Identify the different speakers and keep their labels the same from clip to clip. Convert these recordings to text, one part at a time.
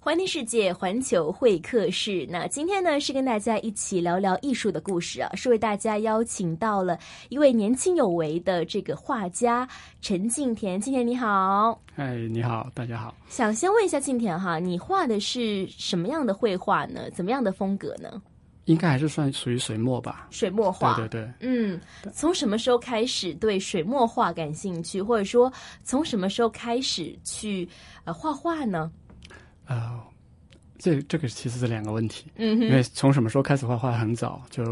Speaker 1: 环听世界，环球会客室。那今天呢，是跟大家一起聊聊艺术的故事啊，是为大家邀请到了一位年轻有为的这个画家陈敬田。敬田你好，
Speaker 2: 嗨，哎你好，大家好。
Speaker 1: 想先问一下敬田哈，你画的是什么样的绘画呢？怎么样的风格呢？
Speaker 2: 应该还是算属于水墨吧。
Speaker 1: 水墨画，
Speaker 2: 对对对，
Speaker 1: 嗯，从什么时候开始对水墨画感兴趣，或者说从什么时候开始去呃画画呢？
Speaker 2: 呃，这这个其实是两个问题，
Speaker 1: 嗯
Speaker 2: 因
Speaker 1: 哼，
Speaker 2: 为从什么时候开始画画很早，就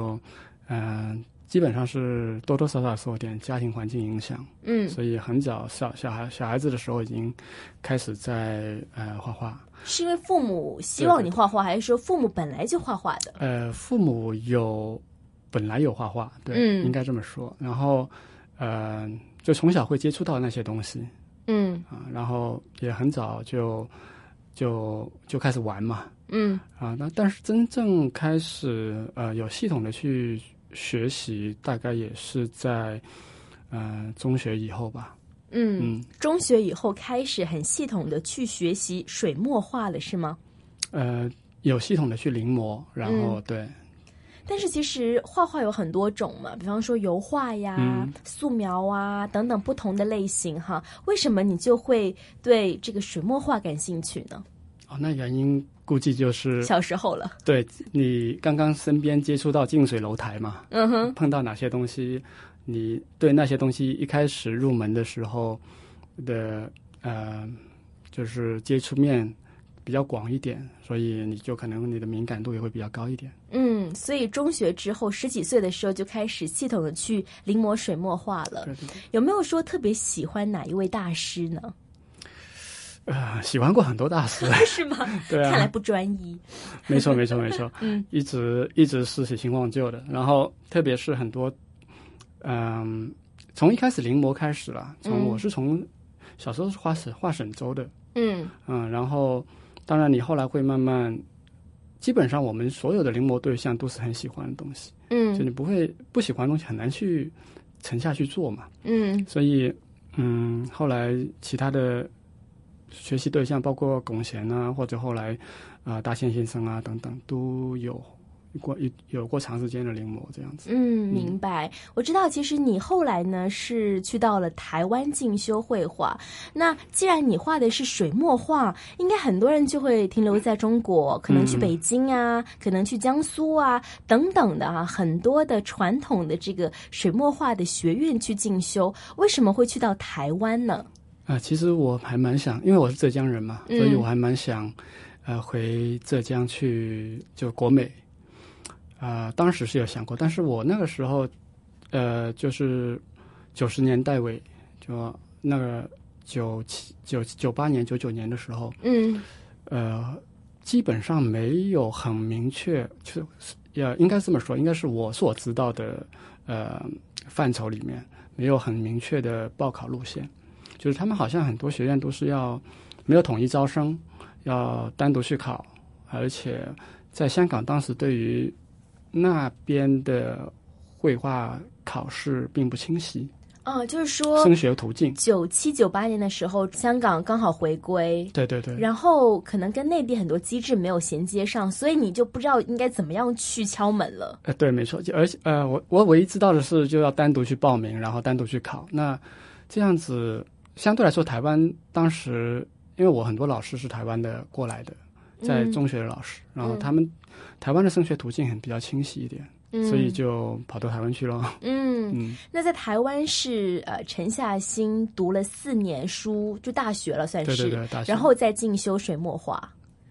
Speaker 2: 嗯、呃基本上是多多少少受点家庭环境影响，
Speaker 1: 嗯，
Speaker 2: 所以很早小小孩小孩子的时候已经开始在呃画画。
Speaker 1: 是因为父母希望你画画，还是说父母本来就画画的？
Speaker 2: 呃，父母有本来有画画，对，
Speaker 1: 嗯
Speaker 2: 应该这么说。然后，呃，就从小会接触到那些东西
Speaker 1: 嗯
Speaker 2: 啊，然后也很早就就就开始玩嘛
Speaker 1: 嗯
Speaker 2: 啊。那但是真正开始呃有系统的去学习，大概也是在呃中学以后吧。
Speaker 1: 嗯，
Speaker 2: 嗯，
Speaker 1: 中学以后开始很系统的去学习水墨画了，是吗？
Speaker 2: 呃，有系统的去临摹，然后、对，
Speaker 1: 但是其实画画有很多种嘛，比方说油画呀、
Speaker 2: 嗯
Speaker 1: 素描啊等等不同的类型哈。为什么你就会对这个水墨画感兴趣呢？
Speaker 2: 哦，那原因估计就是
Speaker 1: 小时候了，
Speaker 2: 对你刚刚身边接触到近水楼台嘛。
Speaker 1: 嗯哼，
Speaker 2: 碰到哪些东西，你对那些东西一开始入门的时候的呃，就是接触面比较广一点，所以你就可能你的敏感度也会比较高一点。
Speaker 1: 嗯，所以中学之后十几岁的时候就开始系统的去临摹水墨画了。
Speaker 2: 对对对，
Speaker 1: 有没有说特别喜欢哪一位大师呢？
Speaker 2: 呃，喜欢过很多大师，
Speaker 1: 是吗？
Speaker 2: 对
Speaker 1: 看来
Speaker 2: 啊，
Speaker 1: 不专一。
Speaker 2: 没错没错没错，
Speaker 1: 嗯，
Speaker 2: 一直一直是喜新忘旧的，然后特别是很多，嗯、从一开始临摹开始了，从
Speaker 1: 嗯
Speaker 2: 我是从小时候是画沈画沈周的，
Speaker 1: 嗯
Speaker 2: 嗯，然后当然你后来会慢慢，基本上我们所有的临摹对象都是很喜欢的东西，就
Speaker 1: 嗯
Speaker 2: 你不会不喜欢的东西很难去沉下去做嘛。
Speaker 1: 嗯
Speaker 2: 所以，嗯，后来其他的学习对象包括龚贤啊，或者后来啊、呃大宪先生啊等等，都有过一有过长时间的临摹这样子。
Speaker 1: 嗯，明白。我知道，其实你后来呢是去到了台湾进修绘画。那既然你画的是水墨画，应该很多人就会停留在中国，可能去
Speaker 2: 嗯
Speaker 1: 北京啊，可能去江苏啊等等的啊，很多的传统的这个水墨画的学院去进修。为什么会去到台湾呢？
Speaker 2: 啊、其实我还蛮想，因为我是浙江人嘛，
Speaker 1: 嗯
Speaker 2: 所以我还蛮想，呃，回浙江去就国美。啊、当时是有想过，但是我那个时候，呃，就是九十年代尾，就那个九七九九八年九九年的时候，
Speaker 1: 嗯
Speaker 2: 呃，基本上没有很明确，就是要应该这么说，应该是我所知道的呃范畴里面没有很明确的报考路线，就是他们好像很多学院都是要没有统一招生，要单独去考，而且在香港当时对于那边的绘画考试并不清晰，
Speaker 1: 啊，就是说
Speaker 2: 升学途径，
Speaker 1: 九七九八年的时候，香港刚好回归，
Speaker 2: 对对对。
Speaker 1: 然后可能跟内地很多机制没有衔接上，所以你就不知道应该怎么样去敲门了。
Speaker 2: 呃，对，没错，就而且呃，我我唯一知道的是，就要单独去报名，然后单独去考。那这样子相对来说，台湾当时因为我很多老师是台湾的过来的，在
Speaker 1: 嗯
Speaker 2: 中学的老师，然后
Speaker 1: 嗯
Speaker 2: 他们台湾的升学途径很比较清晰一点，
Speaker 1: 嗯、
Speaker 2: 所以就跑到台湾去了。
Speaker 1: 嗯，
Speaker 2: 嗯，
Speaker 1: 那在台湾是呃，陈夏新读了四年书，就大学了算
Speaker 2: 对
Speaker 1: 是，
Speaker 2: 对对，大学
Speaker 1: 然后再进修水墨画。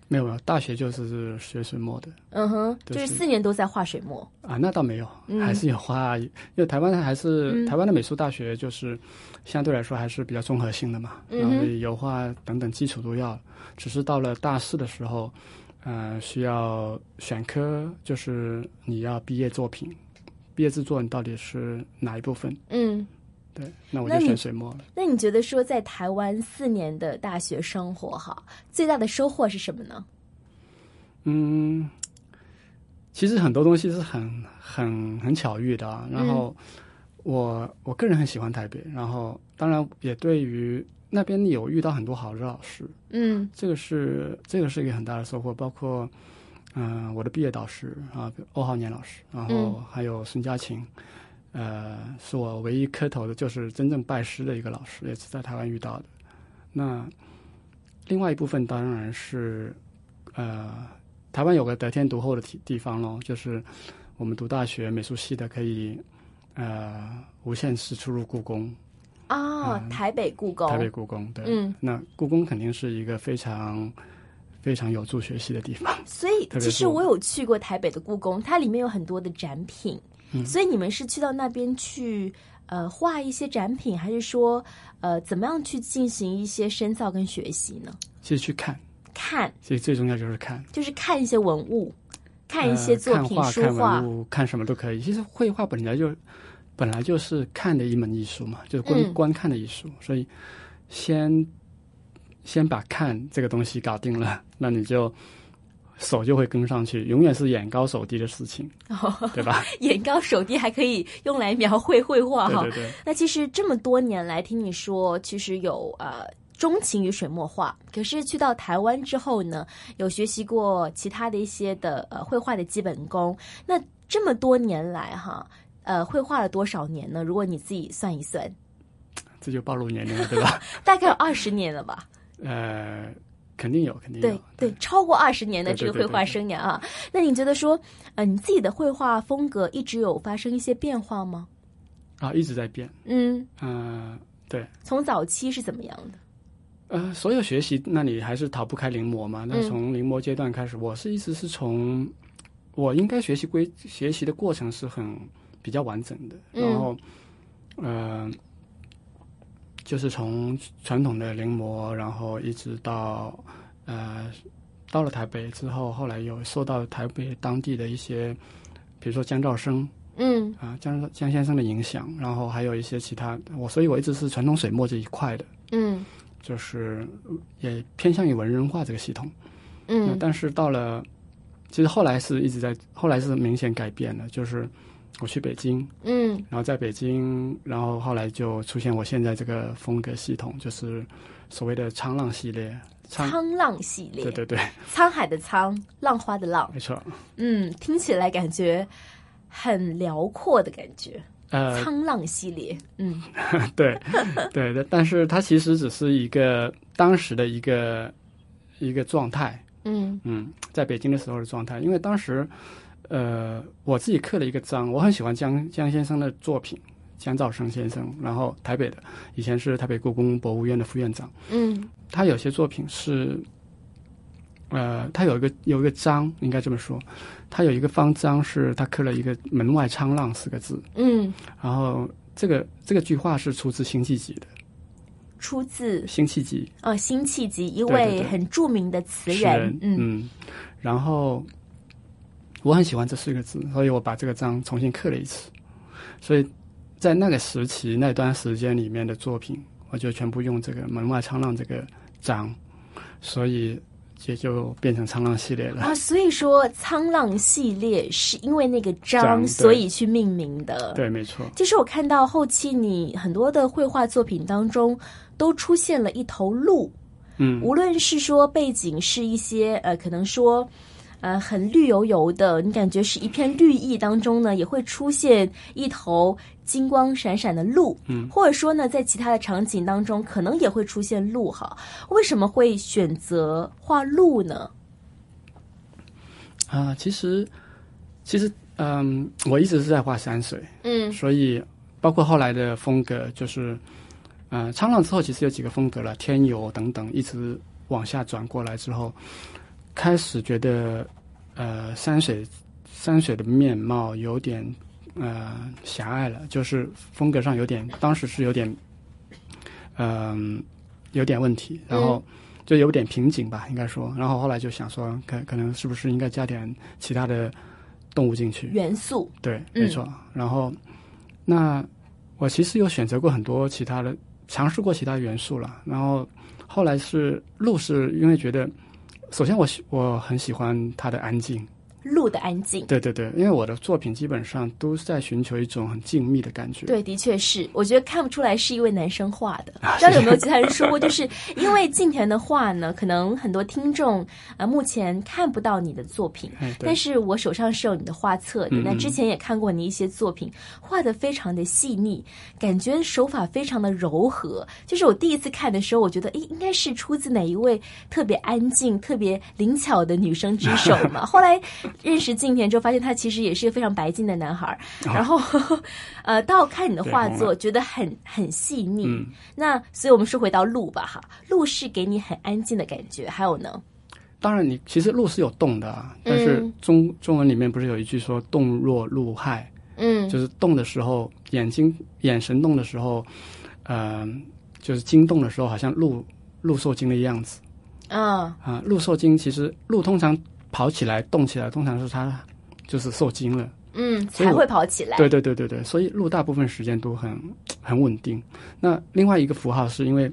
Speaker 2: 没有没有，大学就是学水墨的
Speaker 1: 嗯哼，就
Speaker 2: 对
Speaker 1: 是
Speaker 2: 是
Speaker 1: 四年都在画水墨。
Speaker 2: 啊，那倒没有，
Speaker 1: 嗯
Speaker 2: 还是有画，因为台湾还是、
Speaker 1: 嗯
Speaker 2: 台湾的美术大学就是相对来说还是比较综合性的嘛，
Speaker 1: 嗯
Speaker 2: 然
Speaker 1: 哼
Speaker 2: 后油画等等基础都要，只是到了大四的时候，呃，需要选科，就是你要毕业作品，毕业制作你到底是哪一部分？
Speaker 1: 嗯，
Speaker 2: 对，那我
Speaker 1: 那
Speaker 2: 就
Speaker 1: 你
Speaker 2: 选水墨了。
Speaker 1: 那你觉得说在台湾四年的大学生活哈，最大的收获是什么呢？
Speaker 2: 嗯，其实很多东西是很很很巧遇的
Speaker 1: 嗯
Speaker 2: 啊。然后我、我个人很喜欢台北，然后当然也对于那边有遇到很多好的老师，
Speaker 1: 嗯
Speaker 2: 这个是这个是一个很大的收获，包括嗯、我的毕业导师啊，欧浩年老师，然后
Speaker 1: 嗯
Speaker 2: 还有孙佳琴，呃，是我唯一磕头的，就是真正拜师的一个老师，也是在台湾遇到的。那另外一部分当然是呃，台湾有个得天独厚的地地方咯，就是我们读大学美术系的可以呃无限次出入故宫，
Speaker 1: 啊，台北故宫，
Speaker 2: 嗯台北故宫，对。
Speaker 1: 嗯，
Speaker 2: 那故宫肯定是一个非常非常有助学习的地方。
Speaker 1: 所以
Speaker 2: 特别
Speaker 1: 其实
Speaker 2: 是
Speaker 1: 我有去过台北的故宫，它里面有很多的展品，
Speaker 2: 嗯
Speaker 1: 所以你们是去到那边去呃画一些展品，还是说呃怎么样去进行一些深造跟学习呢？
Speaker 2: 其实去看，
Speaker 1: 看
Speaker 2: 其实最重要就是看，
Speaker 1: 就是看一些文物，看一些
Speaker 2: 呃
Speaker 1: 作品、
Speaker 2: 看画、
Speaker 1: 书
Speaker 2: 看
Speaker 1: 画
Speaker 2: 文，物、看什么都可以。其实绘画本来就本来就是看的一门艺术嘛，就是观、
Speaker 1: 嗯
Speaker 2: 观看的艺术，所以先先把看这个东西搞定了，那你就。手就会跟上去，永远是眼高手低的事情，
Speaker 1: 哦
Speaker 2: 对 吧？
Speaker 1: 眼高手低还可以用来描绘绘画
Speaker 2: 对
Speaker 1: 哈
Speaker 2: 对。对。
Speaker 1: 那其实这么多年来，听你说，其实有呃钟情于水墨画，可是去到台湾之后呢，有学习过其他的一些的呃绘画的基本功。那这么多年来哈，呃，绘画了多少年呢？如果你自己算一算，
Speaker 2: 这就暴露年龄了，对吧？
Speaker 1: 大概有二十年了吧？
Speaker 2: 呃，肯定有，肯定有。啊
Speaker 1: 对对，超过二十年的
Speaker 2: 对
Speaker 1: 这
Speaker 2: 对
Speaker 1: 个绘画生涯啊。那你觉得说，呃，你自己的绘画风格一直有发生一些变化吗？
Speaker 2: 啊，一直在变。
Speaker 1: 嗯，
Speaker 2: 嗯，对，
Speaker 1: 从早期是怎么样的？
Speaker 2: 呃，所有学习，那你还是逃不开临摹嘛。那
Speaker 1: 嗯
Speaker 2: 从临摹阶段开始，我是一直是从我应该学习规学习的过程是很比较完整的，
Speaker 1: 嗯
Speaker 2: 然后，呃，就是从传统的临摹，然后一直到呃到了台北之后，后来有受到台北当地的一些，比如说江兆生
Speaker 1: 嗯
Speaker 2: 啊、江江先生的影响，然后还有一些其他我，所以我一直是传统水墨这一块的。
Speaker 1: 嗯
Speaker 2: 就是呃也偏向于文人画这个系统。那
Speaker 1: 嗯
Speaker 2: 但是到了，其实后来是一直在，后来是明显改变了，就是我去北京，
Speaker 1: 嗯
Speaker 2: 然后在北京，然后后来就出现我现在这个风格系统，就是所谓的沧浪系列。沧，
Speaker 1: 沧浪系列，
Speaker 2: 对对 对，
Speaker 1: 沧海的沧，浪花的浪，
Speaker 2: 没错。
Speaker 1: 嗯，听起来感觉很辽阔的感觉。
Speaker 2: 呃，
Speaker 1: 沧浪系列，嗯
Speaker 2: 对，对的，但是它其实只是一个当时的一个一个状态，
Speaker 1: 嗯
Speaker 2: 嗯，在北京的时候的状态，因为当时，呃，我自己刻了一个章，我很喜欢江江先生的作品，江兆生先生，然后台北的，以前是台北故宫博物院的副院长，
Speaker 1: 嗯
Speaker 2: 他有些作品是，呃，他有一个有一个章，应该这么说，他有一个方章是他刻了一个“门外沧浪”四个字，
Speaker 1: 嗯，
Speaker 2: 然后这个这个句话是出自辛弃疾的，
Speaker 1: 出自
Speaker 2: 辛弃疾
Speaker 1: 呃辛弃疾一
Speaker 2: 对对
Speaker 1: 位
Speaker 2: 对
Speaker 1: 很著名的词
Speaker 2: 诗
Speaker 1: 人，嗯
Speaker 2: 嗯然后我很喜欢这四个字，所以我把这个章重新刻了一次。所以在那个时期那段时间里面的作品，我就全部用这个“门外沧浪”这个章，所以也就变成沧浪系列了。
Speaker 1: 啊，所以说沧浪系列是因为那个
Speaker 2: 章
Speaker 1: 章，
Speaker 2: 对
Speaker 1: 所以去命名的。
Speaker 2: 对，没错，
Speaker 1: 其实我看到后期你很多的绘画作品当中，都出现了一头鹿，
Speaker 2: 嗯，
Speaker 1: 无论是说背景是一些呃，可能说呃很绿油油的，你感觉是一片绿意当中呢，也会出现一头金光闪闪的鹿，嗯，或者说呢，在其他的场景当中，可能也会出现鹿哈。为什么会选择画鹿呢？
Speaker 2: 啊、其实，其实，嗯，我一直是在画山水，
Speaker 1: 嗯
Speaker 2: 所以包括后来的风格，就是，呃，沧浪之后其实有几个风格了，天游等等，一直往下转过来之后，开始觉得，呃，山水山水的面貌有点呃狭隘了，就是风格上有点，当时是有点，嗯、有点问题，然后。就有点瓶颈吧，应该说。然后后来就想说，可可能是不是应该加点其他的动物进去？
Speaker 1: 元素，
Speaker 2: 对，
Speaker 1: 嗯
Speaker 2: 没错。然后，那我其实有选择过很多其他的，尝试过其他元素了。然后后来是鹿，是因为觉得，首先我喜我很喜欢它的安静，
Speaker 1: 路的安静。
Speaker 2: 对对对，因为我的作品基本上都是在寻求一种很静谧的感觉。
Speaker 1: 对，的确是，我觉得看不出来是一位男生画的。不知道有没有其他人说过，就是因为近田的画呢，可能很多听众啊、呃目前看不到你的作品，
Speaker 2: 哎，对
Speaker 1: 但，是我手上是有你的画册的。
Speaker 2: 嗯嗯
Speaker 1: 那之前也看过你一些作品，画的非常的细腻，感觉手法非常的柔和。就是我第一次看的时候，我觉得诶，应该是出自哪一位特别安静、特别灵巧的女生之手 嘛。后来认识静田之后，发现他其实也是一个非常白净的男孩儿。然后，呃，到看你的画
Speaker 2: 啊对红
Speaker 1: 作，觉得很很细腻。
Speaker 2: 嗯，
Speaker 1: 那所以我们说回到路吧，哈，路是给你很安静的感觉，还有呢，
Speaker 2: 当然你其实路是有动的、啊，但是
Speaker 1: 嗯
Speaker 2: 中、中文里面不是有一句说“动若路害”，
Speaker 1: 嗯，
Speaker 2: 就是动的时候，眼睛眼神动的时候，嗯、就是惊动的时候，好像鹿鹿受惊的样子
Speaker 1: 啊，
Speaker 2: 啊。鹿受惊，其实鹿通常跑起来、动起来，通常是它就是受惊了。
Speaker 1: 嗯，
Speaker 2: 所以
Speaker 1: 才
Speaker 2: 我
Speaker 1: 会跑起来。
Speaker 2: 对对对对对，所以鹿大部分时间都很很稳定。那另外一个符号是因为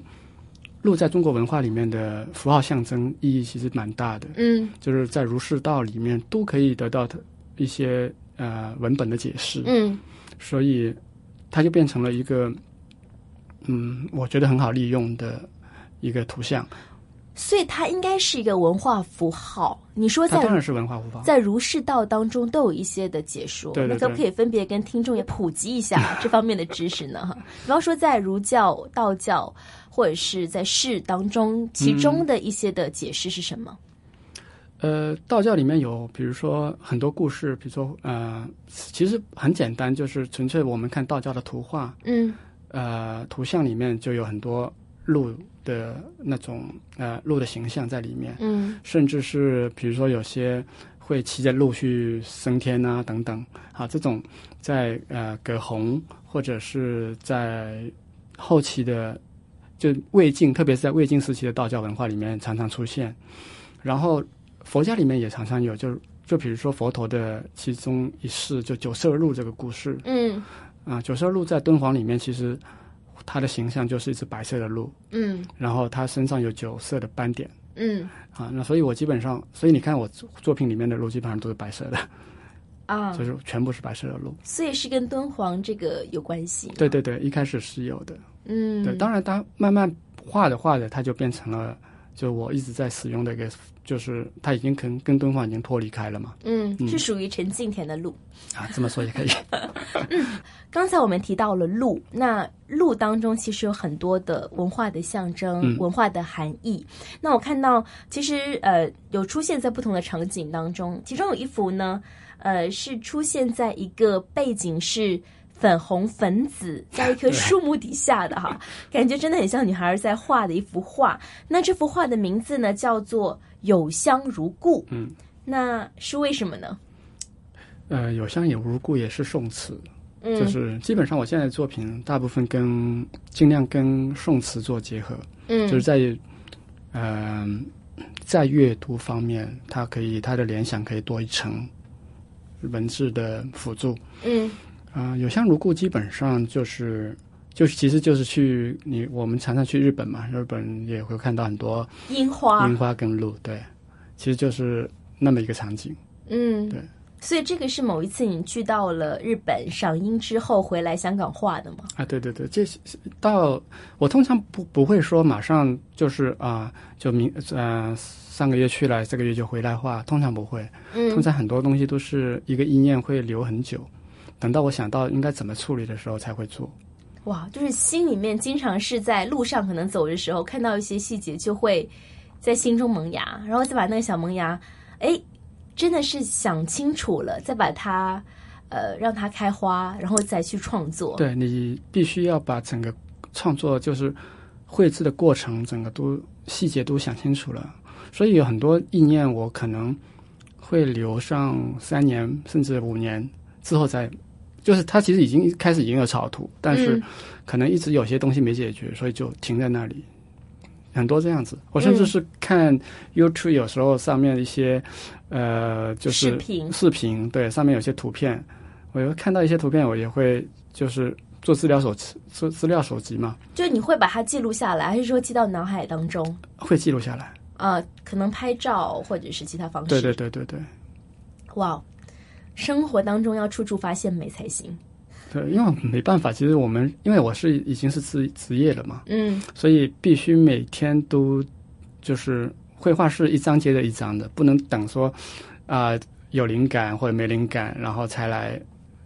Speaker 2: 鹿在中国文化里面的符号象征意义其实蛮大的，
Speaker 1: 嗯
Speaker 2: 就是在儒释道里面都可以得到它一些呃文本的解释。
Speaker 1: 嗯
Speaker 2: 所以它就变成了一个，嗯，我觉得很好利用的一个图像。，
Speaker 1: 所以它应该是一个文化符号。你说
Speaker 2: 它
Speaker 1: 在
Speaker 2: 当然是文化符号。
Speaker 1: 在儒释道当中都有一些的解说，
Speaker 2: 对对
Speaker 1: 那可不可以分别跟听众也普及一下 这方面的知识呢？哈，比方说在儒教、道教或者是在释当中，其中的一些的解释是什么？
Speaker 2: 呃，道教里面有，比如说很多故事，比如说呃，其实很简单，就是纯粹我们看道教的图画，
Speaker 1: 嗯
Speaker 2: 呃，图像里面就有很多鹿的那种呃鹿的形象在里面，
Speaker 1: 嗯
Speaker 2: 甚至是比如说有些会骑着鹿去升天啊等等，啊，这种在呃葛洪或者是在后期的就魏晋，特别是在魏晋时期的道教文化里面常常出现，然后佛家里面也常常有，就就比如说佛陀的其中一世就九色鹿这个故事
Speaker 1: 嗯
Speaker 2: 啊，九色鹿在敦煌里面其实它的形象就是一只白色的鹿，
Speaker 1: 嗯
Speaker 2: 然后它身上有九色的斑点。
Speaker 1: 嗯
Speaker 2: 啊，那所以我基本上，所以你看我作作品里面的鹿基本上都是白色的，
Speaker 1: 啊
Speaker 2: 就，是全部是白色的鹿。
Speaker 1: 所以是跟敦煌这个有关系。
Speaker 2: 对，对对，一开始是有的，
Speaker 1: 嗯，
Speaker 2: 对，当然它慢慢画着画着，它就变成了，就我一直在使用的一个，就是它已经跟跟敦煌已经脱离开了嘛，
Speaker 1: 嗯是属于陈敬田的路。
Speaker 2: 啊，这么说 也可以。
Speaker 1: 刚才我们提到了鹿，那鹿当中其实有很多的文化的象征、
Speaker 2: 嗯
Speaker 1: 文化的含义。那我看到，其实呃有出现在不同的场景当中，其中有一幅呢，呃是出现在一个背景是粉红粉紫，在一棵树木底下的 哈，感觉真的很像女孩儿在画的一幅画。那这幅画的名字呢叫做《有香如故》，
Speaker 2: 嗯，
Speaker 1: 那是为什么呢？
Speaker 2: 呃，有香有如故也是宋词，
Speaker 1: 嗯，
Speaker 2: 就是基本上我现在的作品大部分跟尽量跟宋词做结合，
Speaker 1: 嗯
Speaker 2: 就是在嗯、在阅读方面，它可以它的联想可以多一层文字的辅助。
Speaker 1: 嗯
Speaker 2: 啊、有香如故基本上就是就是其实就是去你我们常常去日本嘛，日本也会看到很多
Speaker 1: 樱花
Speaker 2: 樱花跟鹿，对，其实就是那么一个场景。
Speaker 1: 嗯，
Speaker 2: 对。
Speaker 1: 所以这个是某一次你去到了日本赏樱之后回来香港画的吗？
Speaker 2: 啊，对对对，这是是到我通常不不会说马上就是啊、就明呃上个月去了，这个月就回来画，通常不会。通
Speaker 1: 嗯
Speaker 2: 常很多东西都是一个意念会留很久，等到我想到应该怎么处理的时候才会做。
Speaker 1: 哇，就是心里面经常是在路上可能走的时候看到一些细节，就会在心中萌芽，然后再把那个小萌芽，哎，真的是想清楚了，再把它呃让它开花，然后再去创作。
Speaker 2: 对你必须要把整个创作就是绘制的过程，整个都细节都想清楚了。所以有很多意念，我可能会留上三年甚至五年之后再，就是它其实已经一开始已经有草图，但是
Speaker 1: 嗯
Speaker 2: 可能一直有些东西没解决，所以就停在那里。很多这样子，我
Speaker 1: 嗯
Speaker 2: 甚至是看 YouTube 有时候上面一些，呃，就
Speaker 1: 视
Speaker 2: 是
Speaker 1: 频
Speaker 2: 视频对，上面有些图片，我有看到一些图片，我也会就是做资料手记，做资料手集嘛，
Speaker 1: 就你会把它记录下来，还是说记到脑海当中？
Speaker 2: 会记录下来。
Speaker 1: 啊、可能拍照或者是其他方式。
Speaker 2: 对对对对对，
Speaker 1: 哇，生活当中要处处发现美才行。
Speaker 2: 对，因为没办法，其实我们因为我是已经是职职业了嘛，
Speaker 1: 嗯
Speaker 2: 所以必须每天都就是绘画是一张接着一张的，不能等说啊、有灵感或者没灵感，然后才来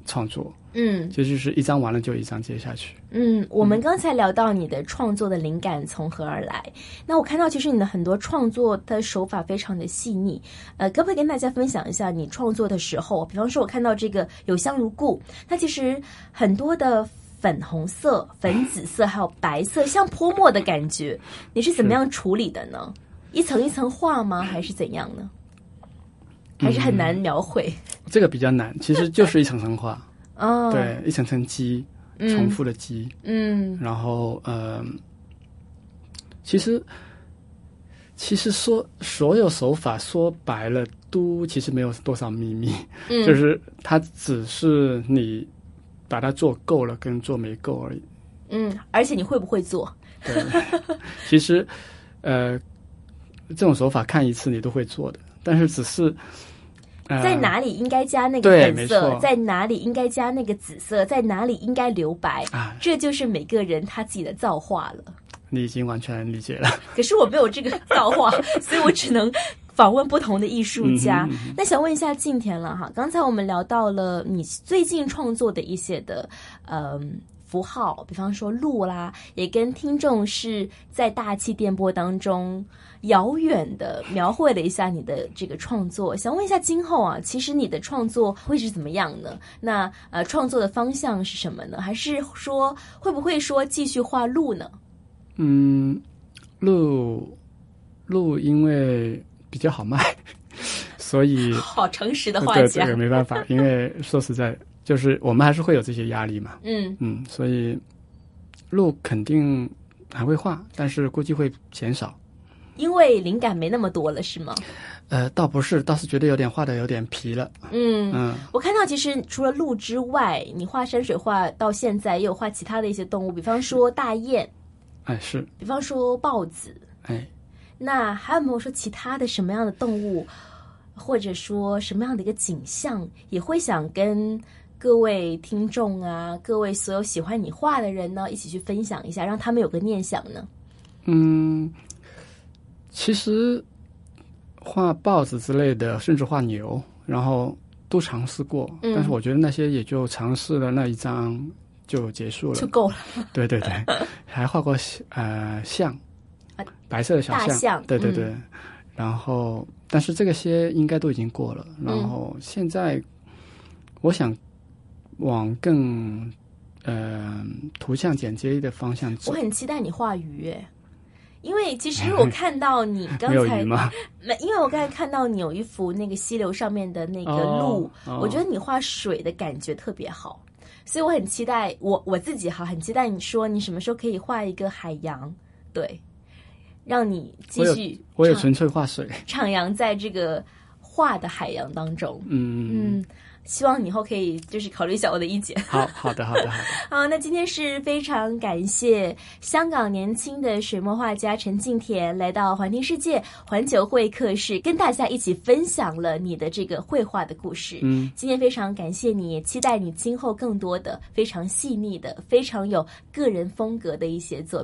Speaker 2: 创作，
Speaker 1: 嗯
Speaker 2: 这就是一张完了就一张接下去。
Speaker 1: 嗯，我们刚才聊到你的创作的灵感从何而来，那我看到其实你的很多创作的手法非常的细腻，呃，可不可以跟大家分享一下你创作的时候？比方说，我看到这个“有香如故”，它其实很多的。粉红色、粉紫色，还有白色，像泼墨的感觉，你是怎么样处理的呢？一层一层画吗？还是怎样呢？还是很难描绘？
Speaker 2: 这个比较难，其实就是一层层画，
Speaker 1: 哦，
Speaker 2: 对，一层层积，
Speaker 1: 嗯
Speaker 2: 重复的积，
Speaker 1: 嗯
Speaker 2: 然后嗯、其实其实说所有手法说白了都其实没有多少秘密，
Speaker 1: 嗯，
Speaker 2: 就是它只是你把它做够了跟做没够而已。
Speaker 1: 嗯，而且你会不会做？
Speaker 2: 对，其实呃，这种手法看一次你都会做的，但是只是、呃、
Speaker 1: 在哪里应该加那个
Speaker 2: 对
Speaker 1: 粉
Speaker 2: 没
Speaker 1: 色，
Speaker 2: 错
Speaker 1: 在哪里应该加那个紫色，在哪里应该留白，
Speaker 2: 啊？
Speaker 1: 这就是每个人他自己的造化了。
Speaker 2: 你已经完全理解了。
Speaker 1: 可是我没有这个造 化，所以我只能访问不同的艺术
Speaker 2: 嗯
Speaker 1: 家。那想问一下静田了哈，刚才我们聊到了你最近创作的一些的嗯、符号，比方说鹿啦，也跟听众是在大气电波当中遥远的描绘了一下你的这个创作。想问一下，今后啊，其实你的创作会是怎么样呢？那呃，创作的方向是什么呢？还是说会不会说继续画鹿呢？
Speaker 2: 嗯，鹿鹿因为比较好卖， 所以
Speaker 1: 好诚实的画
Speaker 2: 对
Speaker 1: 家
Speaker 2: 这，个没办 法，因为说实在，就是我们还是会有这些压力嘛。
Speaker 1: 嗯
Speaker 2: 嗯，所以鹿肯定还会画，但是估计会减少。，
Speaker 1: 因为灵感没那么多了，是吗？
Speaker 2: 呃，倒不是，倒是觉得有点画的有点疲了。
Speaker 1: 嗯，
Speaker 2: 嗯，
Speaker 1: 我看到其实除了鹿之外，你画山水画到现在也有画其他的一些动物，比方说大雁，
Speaker 2: 哎是，
Speaker 1: 比方说豹子，
Speaker 2: 哎，
Speaker 1: 那还有没有说其他的什么样的动物，或者说什么样的一个景象，也会想跟各位听众啊，各位所有喜欢你画的人呢，一起去分享一下，让他们有个念想呢？
Speaker 2: 嗯，其实画豹子之类的，甚至画牛，然后都尝试过，
Speaker 1: 嗯
Speaker 2: 但是我觉得那些也就尝试了那一张就结束了
Speaker 1: 就。够了。
Speaker 2: 对对对， 还画过呃象，白色的小
Speaker 1: 呃大象
Speaker 2: 对对
Speaker 1: 嗯
Speaker 2: 对。然后，但是这个些应该都已经过了。然
Speaker 1: 嗯
Speaker 2: 后现在，我想往更呃图像剪接的方向
Speaker 1: 我
Speaker 2: 走。
Speaker 1: 很期待你画鱼，哎因为其实 我看到你刚
Speaker 2: 没有
Speaker 1: 才
Speaker 2: 鱼吗？
Speaker 1: 没，因为我刚才看到你有一幅那个溪流上面的那个
Speaker 2: 哦
Speaker 1: 鹿，
Speaker 2: 哦
Speaker 1: 我觉得你画水的感觉特别好，所以我很期待我我自己哈，很期待你说你什么时候可以画一个海洋，对，让你继
Speaker 2: 我有
Speaker 1: 续
Speaker 2: 我也
Speaker 1: 徜
Speaker 2: 纯粹画水。
Speaker 1: 徜徉在这个画的海洋当中。
Speaker 2: 嗯，
Speaker 1: 嗯，希望你以后可以就是考虑一下我的意见。
Speaker 2: 好好的，好的，好的。
Speaker 1: 好，那今天是非常感谢香港年轻的水墨画家陈敬田来到环听世界环球会客室，跟大家一起分享了你的这个绘画的故事。
Speaker 2: 嗯，
Speaker 1: 今天非常感谢你，也期待你今后更多的非常细腻的、非常有个人风格的一些作品。